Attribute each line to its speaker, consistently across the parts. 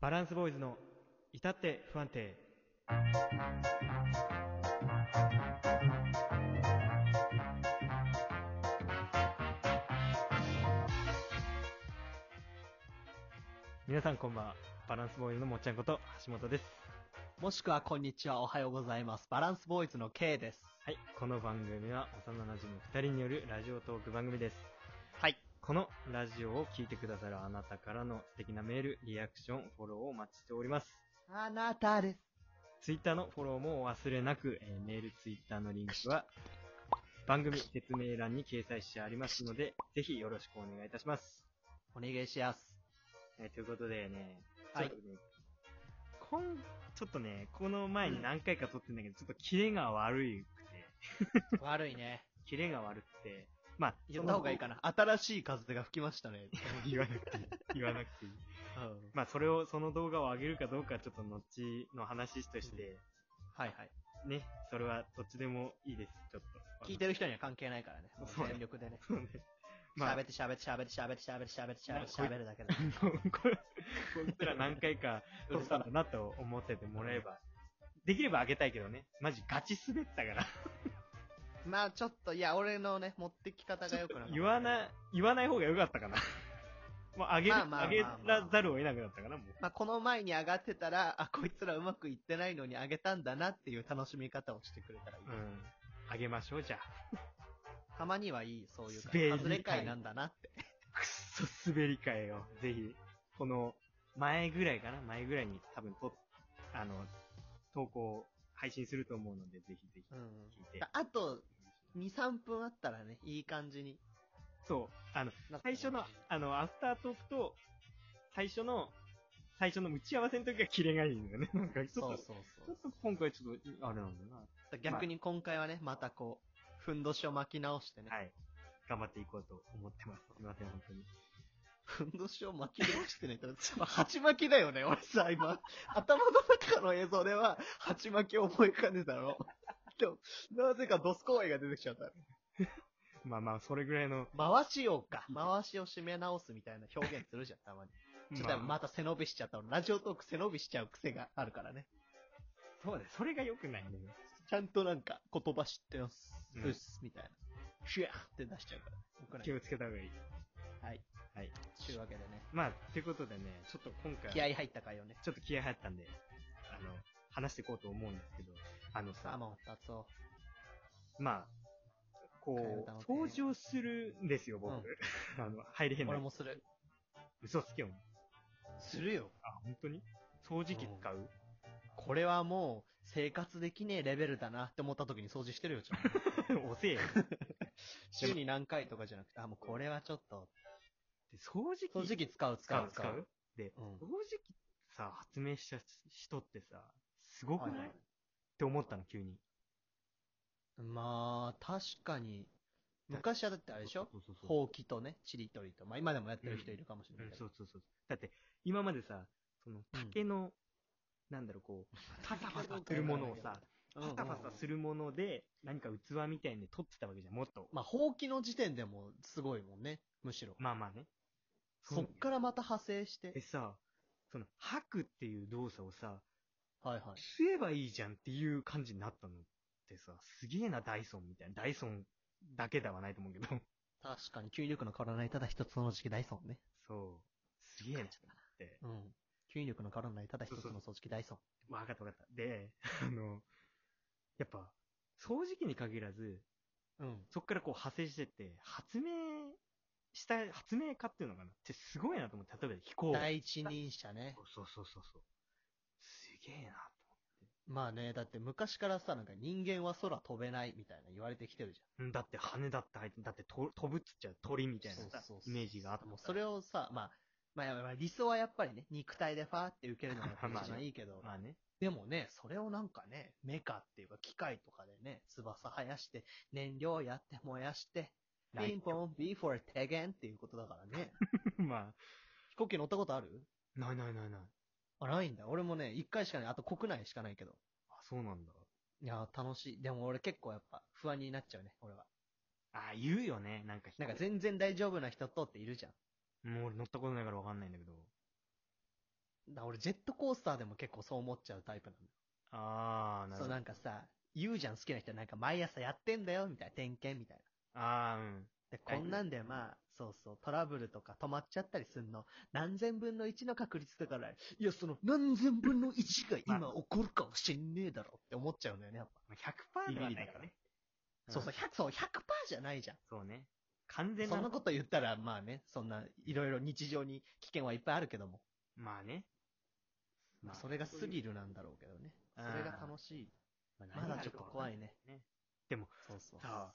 Speaker 1: バランスボーイズの至って不安定。皆さんこんばんは。バランスボーイズのもっちゃんこと橋本です。
Speaker 2: もしくは、こんにちは、おはようございます。バランスボーイズの K です。
Speaker 1: はい、この番組は幼馴染2人によるラジオトーク番組です。
Speaker 2: はい。
Speaker 1: このラジオを聞いてくださるあなたからの素敵なメール、リアクション、フォローをお待ちしております。
Speaker 2: あなたです。
Speaker 1: ツイッターのフォローもお忘れなく、えーメール、ツイッターのリンクは番組説明欄に掲載してありますので、ぜひよろしくお願いいたします。
Speaker 2: お願いしやす。
Speaker 1: えーということでね、
Speaker 2: はい
Speaker 1: ちょっとねこんちょっとね、この前に何回か撮ってんだけど、ちょっとキレが悪いくて、
Speaker 2: 悪いね。
Speaker 1: キレが悪くて、まあ、
Speaker 2: 言った方がいいかな。新しい風が吹きましたね。
Speaker 1: その。言わなく ていい。言わなくていい。
Speaker 2: うん
Speaker 1: まあ、それを、その動画を上げるかどうかはちょっと後の話として、
Speaker 2: はいはい。
Speaker 1: ね、それはどっちでもいいです、ちょっと。
Speaker 2: 聞いてる人には関係ないからね。も
Speaker 1: そう
Speaker 2: う
Speaker 1: ね
Speaker 2: 全力でね。
Speaker 1: そうね。まあ
Speaker 2: 喋っ、て喋って喋って喋って喋って喋って喋
Speaker 1: まあこい
Speaker 2: って喋るだけだ。
Speaker 1: ここいつら何回か撮ったんだなと思っててもらえば、できればあげたいけどね、マジガチ滑ったから、
Speaker 2: まあちょっと、いや、俺のね、持ってき方が良くなかった。
Speaker 1: 言わな、言わない方がよかった かな。もうあげる、
Speaker 2: まあまあまあまあ
Speaker 1: あげらざるを得なくなったかな、もう。
Speaker 2: まあこの前に上がってたら、あ、こいつらうまくいってないのに上げたんだなっていう楽しみ方をしてくれたらいい。
Speaker 1: うん。あげましょう、じゃあ。
Speaker 2: たまにはいい、そういう感
Speaker 1: 滑り
Speaker 2: じ。
Speaker 1: たい
Speaker 2: 外れ会なんだなって。
Speaker 1: くっそ滑り替えよ。ぜひ、この、前ぐらいかな前ぐらいに多分と、あの、投稿、配信すると思うので、ぜひぜひ
Speaker 2: うん。
Speaker 1: 聞いて。
Speaker 2: あと、2、3分あったらね、いい感じに
Speaker 1: そう。あの、
Speaker 2: なって
Speaker 1: 最
Speaker 2: る
Speaker 1: 初の、あの、アフタートークと、最初の、最初の打ち合わせの時がキレがいいんだよね。なんか、ちょっと、
Speaker 2: そうそう
Speaker 1: ち
Speaker 2: そ
Speaker 1: ょっ。
Speaker 2: う
Speaker 1: と今回ちょっと、あれなんだよな。
Speaker 2: 逆に今回はね、またこう、ふんどしを巻き直してね。
Speaker 1: はい。頑張っていこうと思ってます。すいません、本当に。
Speaker 2: ふんどしを巻き直 してね。まあ、鉢巻きだよね、俺さ、 今。頭の中の映像では、鉢巻きを思い浮かんでた の。でも、なぜかドスコイが出てきちゃった。
Speaker 1: まあまあ、それぐらいの、
Speaker 2: 回しをか。回しを締め直すみたいな表現するじゃん、たまに。ちょっと
Speaker 1: まあ
Speaker 2: また背伸びしちゃったの。ラジオトーク背伸びしちゃう癖があるからね。
Speaker 1: そうだよ、それが良くないんだよ。
Speaker 2: ちゃんとなんか言葉知ってます。
Speaker 1: うん
Speaker 2: うっす、みたいな。シュヤーって出しちゃうから。よくない
Speaker 1: 気をつけた方がいい。
Speaker 2: はい。
Speaker 1: はい。
Speaker 2: というわけでね。
Speaker 1: まあ、ということでね、ちょっと今回、
Speaker 2: 気合入ったかよね。
Speaker 1: ちょっと気合入ったんで、あの、話していこうと思うんですけど、あの
Speaker 2: サー
Speaker 1: さ、
Speaker 2: モン二つを。
Speaker 1: まあ、こ
Speaker 2: 替え歌をね
Speaker 1: う、登場するんですよ、僕。
Speaker 2: う ん
Speaker 1: あの、入れへんの
Speaker 2: 俺。もする。
Speaker 1: 嘘つけよ。
Speaker 2: するよ。
Speaker 1: あ、本当に掃除機使う、
Speaker 2: これはもう、生活できねえレベルだなって思った時に掃除してるよ、ちゃ んと
Speaker 1: 遅えよ。
Speaker 2: 週に何回とかじゃなくて、あ、もうこれはちょっと。
Speaker 1: で掃除機
Speaker 2: 掃除機使う、
Speaker 1: 使
Speaker 2: 使
Speaker 1: う
Speaker 2: う、使う。
Speaker 1: で、
Speaker 2: うん
Speaker 1: 掃除機さ、発明した人ってさ、すごくない、
Speaker 2: はいはい
Speaker 1: って思ったの、急に。
Speaker 2: まあ、確かに、昔はだってあれでしょ
Speaker 1: そうそうそうそう
Speaker 2: ほうきとね、ちりとりと。まあ今でもやってる人いるかもしれ
Speaker 1: う
Speaker 2: ない
Speaker 1: ん、
Speaker 2: け
Speaker 1: そ
Speaker 2: ど。
Speaker 1: うそうそう。だって、今までさ、その
Speaker 2: うん
Speaker 1: 竹の、なんだろう、こ う、パサパサするものをさ、パ
Speaker 2: うんうんうん
Speaker 1: サパサするもので、何か器みたいに取ってたわけじゃん、もっと。
Speaker 2: まあ、ほうきの時点でもすごいもんね、むしろ。
Speaker 1: まあまあね。
Speaker 2: そっからまた派生して
Speaker 1: で。さ、その、吐くっていう動作をさ、
Speaker 2: はいはい。
Speaker 1: 吸えばいいじゃんっていう感じになったのってさ、すげえな、ダイソンみたいな。ダイソンだけではないと思うけど。
Speaker 2: 確かに吸引力の変わらないただ一つの時期ダイソンね。
Speaker 1: そう。すげえなっ。
Speaker 2: ちゃってたなうん。吸引力の変わらないただ一つの掃除機ダイソン。
Speaker 1: わかったわかった。で、あの、やっぱ、掃除機に限らず、
Speaker 2: うん。
Speaker 1: そこからこう派生してって、発明した、発明家っていうのかなってすごいなと思って、例えば飛行。
Speaker 2: 第一人者ね
Speaker 1: そ。うそうそうそうそう。すげえなと
Speaker 2: まあね、だって昔からさ、なんか人間は空飛べないみたいな言われてきてるじ
Speaker 1: 思って。だって羽だって入って、だってと飛ぶっつっちゃう鳥みたいなさ
Speaker 2: そうそう、そ
Speaker 1: イ
Speaker 2: う
Speaker 1: メージがあっ
Speaker 2: ゃ
Speaker 1: た
Speaker 2: ん。。もうそれをさ、まあ、まあ、まあ理想はやっぱりね、肉体でファーって受けるの が
Speaker 1: まあね
Speaker 2: 一番いいけど、
Speaker 1: まあね。
Speaker 2: でもね、それをなんかね、メカっていうか機械とかでね、翼生やして、燃料やって燃やして、ピンポン、before again っていうことだから ね。
Speaker 1: まあ、
Speaker 2: 飛行機乗ったことある
Speaker 1: ないないないない。
Speaker 2: あ、ないんだ。俺もね、一回しかない。あと国内しかないけど。
Speaker 1: あ、そうなんだ。
Speaker 2: いやー、楽しい。でも俺結構やっぱ不安になっちゃうね、俺は。
Speaker 1: あ、言うよね。なんか、
Speaker 2: なんか全然大丈夫な人とっているじゃん。
Speaker 1: もう俺乗ったことないからわかんないんだけど。
Speaker 2: だ俺ジェットコースターでも結構そう思っちゃうタイプな
Speaker 1: ああ、な
Speaker 2: の。
Speaker 1: る
Speaker 2: そう
Speaker 1: ほど。
Speaker 2: な
Speaker 1: あ
Speaker 2: んかさ、言うじゃん好きな人はなんか毎朝やってんだよみたいな、点検みたいな。
Speaker 1: あー、うん。
Speaker 2: で、
Speaker 1: はい
Speaker 2: こんなんでまあ、そうそう、トラブルとか止まっちゃったりすんの、何千分の1の確率だから、いや、その何千分の1が今起こるかもしんねえだろって思っちゃうんだよね、やっぱ。
Speaker 1: 100%ではないからね。
Speaker 2: そうそう、
Speaker 1: ん
Speaker 2: 100、そう、100%じゃないじゃん。
Speaker 1: そうね。完全
Speaker 2: そ
Speaker 1: なん
Speaker 2: なこと言ったら、まあね、そんな、いろいろ日常に危険はいっぱいあるけども、
Speaker 1: まあね。
Speaker 2: まあ、それがスリルなんだろうけどね。それが楽しい。
Speaker 1: ま
Speaker 2: まだちょっと怖いね。
Speaker 1: ね。
Speaker 2: そうそ
Speaker 1: さ
Speaker 2: う。
Speaker 1: あ、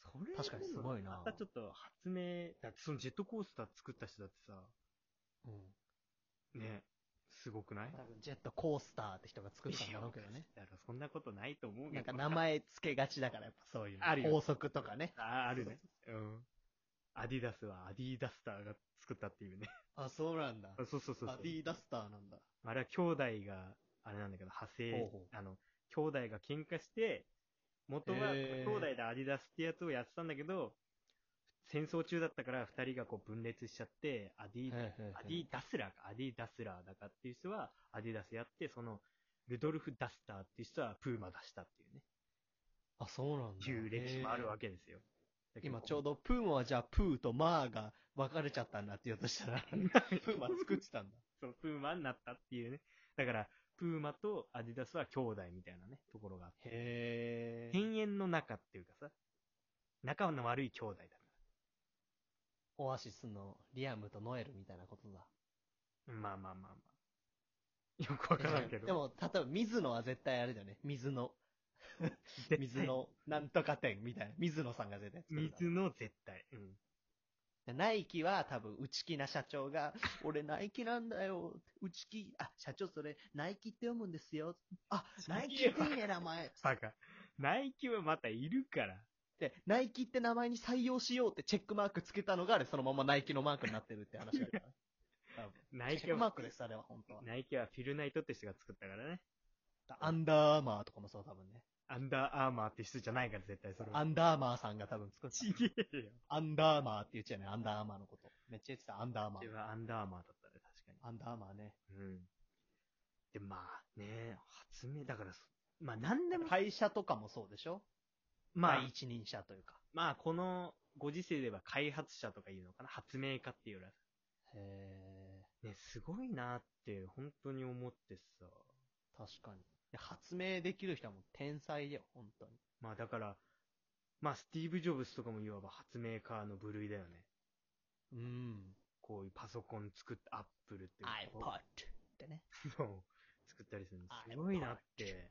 Speaker 1: それ
Speaker 2: 確かにすごいな
Speaker 1: またちょっと発明、だってそのジェットコースター作った人だってさ、
Speaker 2: うん。
Speaker 1: ね、すごくない
Speaker 2: 多分、ジェットコースターって人が作ったんだろうけどね。
Speaker 1: いや。だからそんなことないと 思うけど。
Speaker 2: なんか名前付けがちだから、やっぱそういうの。
Speaker 1: あるよ
Speaker 2: 法則とかね。
Speaker 1: あ、ある ね。うん。アディダスはアディダスターが作ったっていうね。
Speaker 2: あ、そうなんだ。
Speaker 1: そうそうそうそう。
Speaker 2: アディダスターなんだ。
Speaker 1: あれは兄弟が、あれなんだけど、派生
Speaker 2: ほうほ、
Speaker 1: あの、兄弟が喧嘩して、元は
Speaker 2: へ
Speaker 1: 兄
Speaker 2: ー
Speaker 1: 弟でアディダスってやつをやってたんだけど、戦争中だったから二人がこう分裂しちゃって、アディ、アディダスラーか、アディダスラーだかっていう人はアディダスやって、その、ルドルフ・ダスターっていう人はプーマ出したっていうね、
Speaker 2: あ、そうなんだ。
Speaker 1: いう歴史もあるわ
Speaker 2: け。
Speaker 1: けですよ。だけど
Speaker 2: 今ちょうどプーマはじゃあプーとマーが分かれちゃったんだって言おうとした ら、プーマ作ってたんだ。
Speaker 1: そう、プーマになったっていうね。だから、プーマとアディダスは兄弟みたいなね、ところがあって。
Speaker 2: へえ。
Speaker 1: 犬猿の仲っていうかさ、仲の悪い兄弟だか
Speaker 2: オアシスのリアムとノエルみたいなことだ。
Speaker 1: ら。まあまあまあまあ。よくわからんけど。
Speaker 2: でも、例えば水野は絶対あれだよね。水野。
Speaker 1: 絶対
Speaker 2: 水。野、なんとか店みたいな。水野さんが絶対作るんだ
Speaker 1: 水の絶対。うん。
Speaker 2: ナイキは多分、内気な社長が、 俺ナイキなんだよ。内気、あ、社長それ、ナイキって読むんですよ。あ、ナイキっていいね、名前。
Speaker 1: バカ。ナイキはまたいるから。
Speaker 2: で、ナイキって名前に採用しようってチェックマークつけたのが、あれそのままナイキのマークになってるって話だからね。
Speaker 1: ナ
Speaker 2: チ
Speaker 1: イ
Speaker 2: ェ
Speaker 1: キ
Speaker 2: ックマー
Speaker 1: は、
Speaker 2: クです、あれは、本当は。
Speaker 1: ナイキはフィルナイトって人が作ったからね。
Speaker 2: アンダーアーマーとかもそう、多分ね。
Speaker 1: アンダーアーマーって人じゃないから絶対それ
Speaker 2: ア
Speaker 1: は。
Speaker 2: ンダーマーさんが多分作った。
Speaker 1: ちげえよ。
Speaker 2: アンダーマーって言っちゃうね、アンダーアーマーのこと。めっちゃ言ってた、アンダーマー
Speaker 1: 自。分はアンダーアーマーだったね、確かに。
Speaker 2: アンダーアーマーね。
Speaker 1: うん。で、まあね、発明、だからそ、まあ何でも、
Speaker 2: 会社とかもそうでしょ
Speaker 1: まあ、
Speaker 2: 第一人者というか。
Speaker 1: まあこのご時世では開発者とかいうのかな、発明家っていうよりは
Speaker 2: へ
Speaker 1: ね、すごいなって本当に思ってさ。
Speaker 2: ー、確かに。で発明できる人はもう天才だよ、本当に。
Speaker 1: まあだから、まあスティーブ・ジョブズとかもいわば発明家の部類だよね。
Speaker 2: うん。
Speaker 1: こういうパソコン作った、アップルっていう
Speaker 2: iPod ってね。
Speaker 1: そう作ったりするの。すごいなって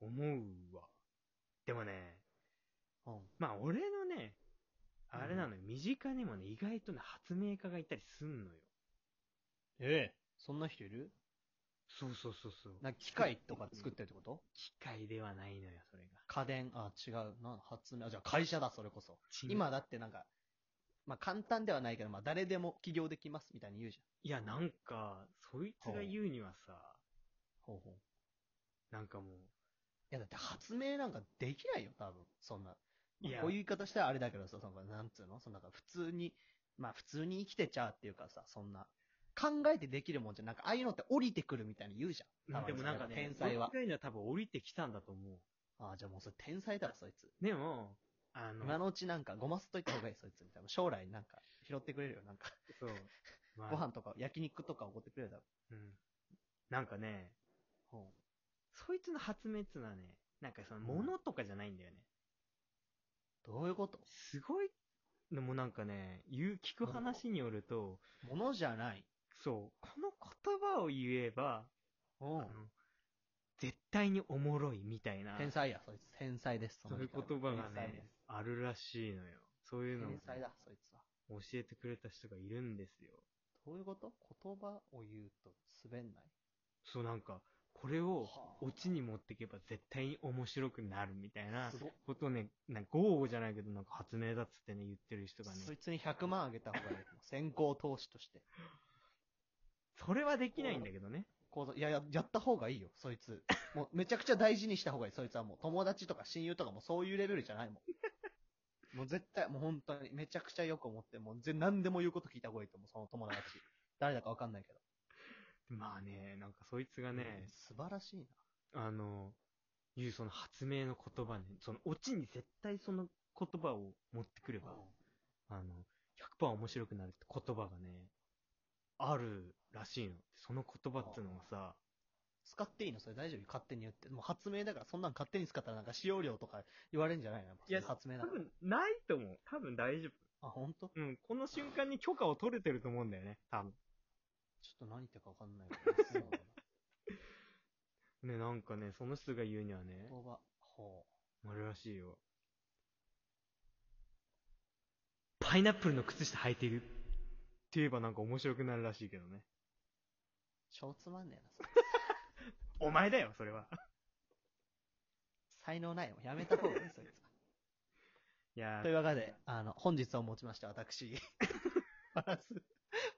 Speaker 1: 思うわ。でもね、
Speaker 2: うん。
Speaker 1: まあ俺のね、あれなのよ、身近にもね、意外とね、発明家がいたりすんのよ。
Speaker 2: ええそんな人いる
Speaker 1: そうそうそうそう。
Speaker 2: なんか機械とか作ってるってこと
Speaker 1: 機械ではないのよ、それが。
Speaker 2: 家電、あ、違うな、発明、あじゃあ会社だ、それこそ。今だってなんか、まあ簡単ではないけど、まあ誰でも起業できますみたいに言うじ
Speaker 1: いや、なんか、そいつが言うにはさ、
Speaker 2: ゃん。ほうほう。
Speaker 1: なんかも
Speaker 2: いやだって発明なんかできないよ、多分。そんな。
Speaker 1: う、いや、
Speaker 2: こういう言い方したらあれだけどさ、そのなんつうのそのなんか普通に、まあ普通に生きてちゃうっていうかさ、そんな。考えてできるもんじゃんなんかああいうのって降りてくるみたいに言うじゃん。
Speaker 1: でもなんかね、
Speaker 2: 天才は
Speaker 1: 僕。らには多分降りてきたんだと思
Speaker 2: ああ、じゃあもうそれ天才だろ、そいつ。
Speaker 1: う。でも、あの、
Speaker 2: 今のうちなんかごますっといた方がいい、そいつみたいな。将来なんか拾ってくれるよ、なんか。
Speaker 1: そう、まあ
Speaker 2: ご飯とか焼肉とかおごってくれるだろ。
Speaker 1: うん。なんかね、
Speaker 2: ほ
Speaker 1: そいつの発明っていうのはね、なんかその、物とかじゃないんだよね。
Speaker 2: うどういうこと
Speaker 1: すごい、でもなんかね、言う、聞く話によると、
Speaker 2: ものじゃない。
Speaker 1: そう、この言葉を言えば、あ
Speaker 2: う
Speaker 1: の絶対におもろいみたいな。
Speaker 2: 天才や、そいつ。天才です。
Speaker 1: そういう
Speaker 2: の人
Speaker 1: 言葉が
Speaker 2: 天才で
Speaker 1: ね、あるらしいのよ。そういう
Speaker 2: す
Speaker 1: のをね
Speaker 2: 天才だ、そいつは。
Speaker 1: 教えてくれた人がいるんですよ。
Speaker 2: どういうこと言葉を言うと滑んない。
Speaker 1: そうなんか、これを
Speaker 2: はあ
Speaker 1: オチに持っていけば絶対に面白くなるみたいな
Speaker 2: すごっ
Speaker 1: ことをね、なんか豪語じゃないけどなんか発明だっつってね、言ってる人がね、
Speaker 2: そいつに100万あげた方がいい。先行投資として。
Speaker 1: それはできないんだけどね。
Speaker 2: こういや、ややった方がいいよ、そいつ。もうめちゃくちゃ大事にした方がいい、そいつはもう。友達とか親友とかもそういうレベルじゃないもん。もう絶対、もう本当にめちゃくちゃよく思って、もうぜ何でも言うこと聞いた方がいいと思う、その友達。誰だかわかんないけど。
Speaker 1: まあね、なんかそいつがね、
Speaker 2: 素晴らしいな。
Speaker 1: あの、言うその発明の言葉ね、そのオチに絶対その言葉を持ってくれば、あの、100%面白くなるって言葉がね、あるらしいの。その言葉ってのがさ、
Speaker 2: 使っていいのそれ大丈夫勝手に言って。もう発明だから、そんなん勝手に使ったらなんか使用料とか言われるんじゃないの
Speaker 1: いや
Speaker 2: 発明だ
Speaker 1: 多
Speaker 2: から。
Speaker 1: 分ないと思う。多分大丈夫。
Speaker 2: あ、本当？ちょ
Speaker 1: うん、この瞬間に許可を取れてると思うんだよね、多分。
Speaker 2: っと何言ってるかわかんないから。そうだな
Speaker 1: ね、なんかね、その人が言うにはね、
Speaker 2: 言葉。ほう。
Speaker 1: あれらしいよ。パイナップルの靴下履いてるって言えばなんか面白くなるらしいけどね。
Speaker 2: 超つまんねえな、それ。
Speaker 1: お前だよ、それは。
Speaker 2: 才能ないもん。やめた方がいい、そいつ。
Speaker 1: いや
Speaker 2: というわけで、あの、本日をもちまして、私、バランス、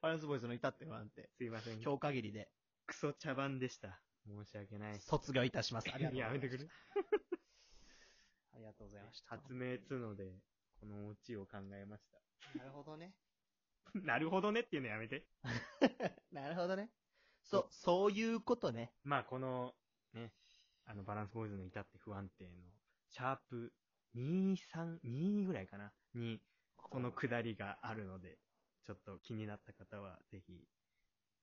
Speaker 2: バランスボイスの至って不安定、
Speaker 1: すいません。今
Speaker 2: 今
Speaker 1: 日
Speaker 2: 日限りで
Speaker 1: クソ茶番でした。申し訳ない。
Speaker 2: 卒業いたします。あり がとうござい
Speaker 1: や
Speaker 2: ま
Speaker 1: め
Speaker 2: し
Speaker 1: て
Speaker 2: た
Speaker 1: くれ。
Speaker 2: ありがとうございました。
Speaker 1: 発明つので、このオチを考えまし
Speaker 2: なるほどね。
Speaker 1: た。 なるほどねっていうのやめて。
Speaker 2: なるほどね。そう、そういうことね。
Speaker 1: まあ、この、ね、あの、バランスボーイズの至って不安定の、シャープ2322ぐらいかな、に、このくだりがあるので、ちょっと気になった方は、ぜひ、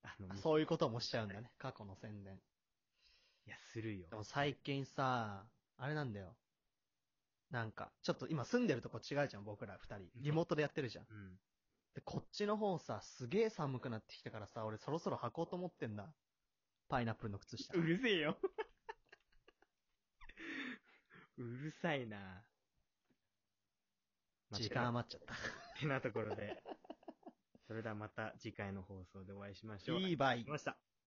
Speaker 1: あの、
Speaker 2: そういうこともしちゃうんだね。過去の宣伝。
Speaker 1: いや、するよ
Speaker 2: で。も最近さ、あれなんだよ。なんか、ちょっと今住んでるとこ違うじゃん、僕ら二人。リモートでやってるじゃん。
Speaker 1: うん。
Speaker 2: で、こっちの方さ、すげえ寒くなってきたからさ、俺そろそろ履こうと思ってんだ。パイナップルの靴下。
Speaker 1: うるせえよ。うるさいな。
Speaker 2: 時間
Speaker 1: ま
Speaker 2: 余っちゃった。
Speaker 1: あてなところで。それではまた次回の放送でお会いしましょう。
Speaker 2: いいバイ
Speaker 1: ありがとうございました。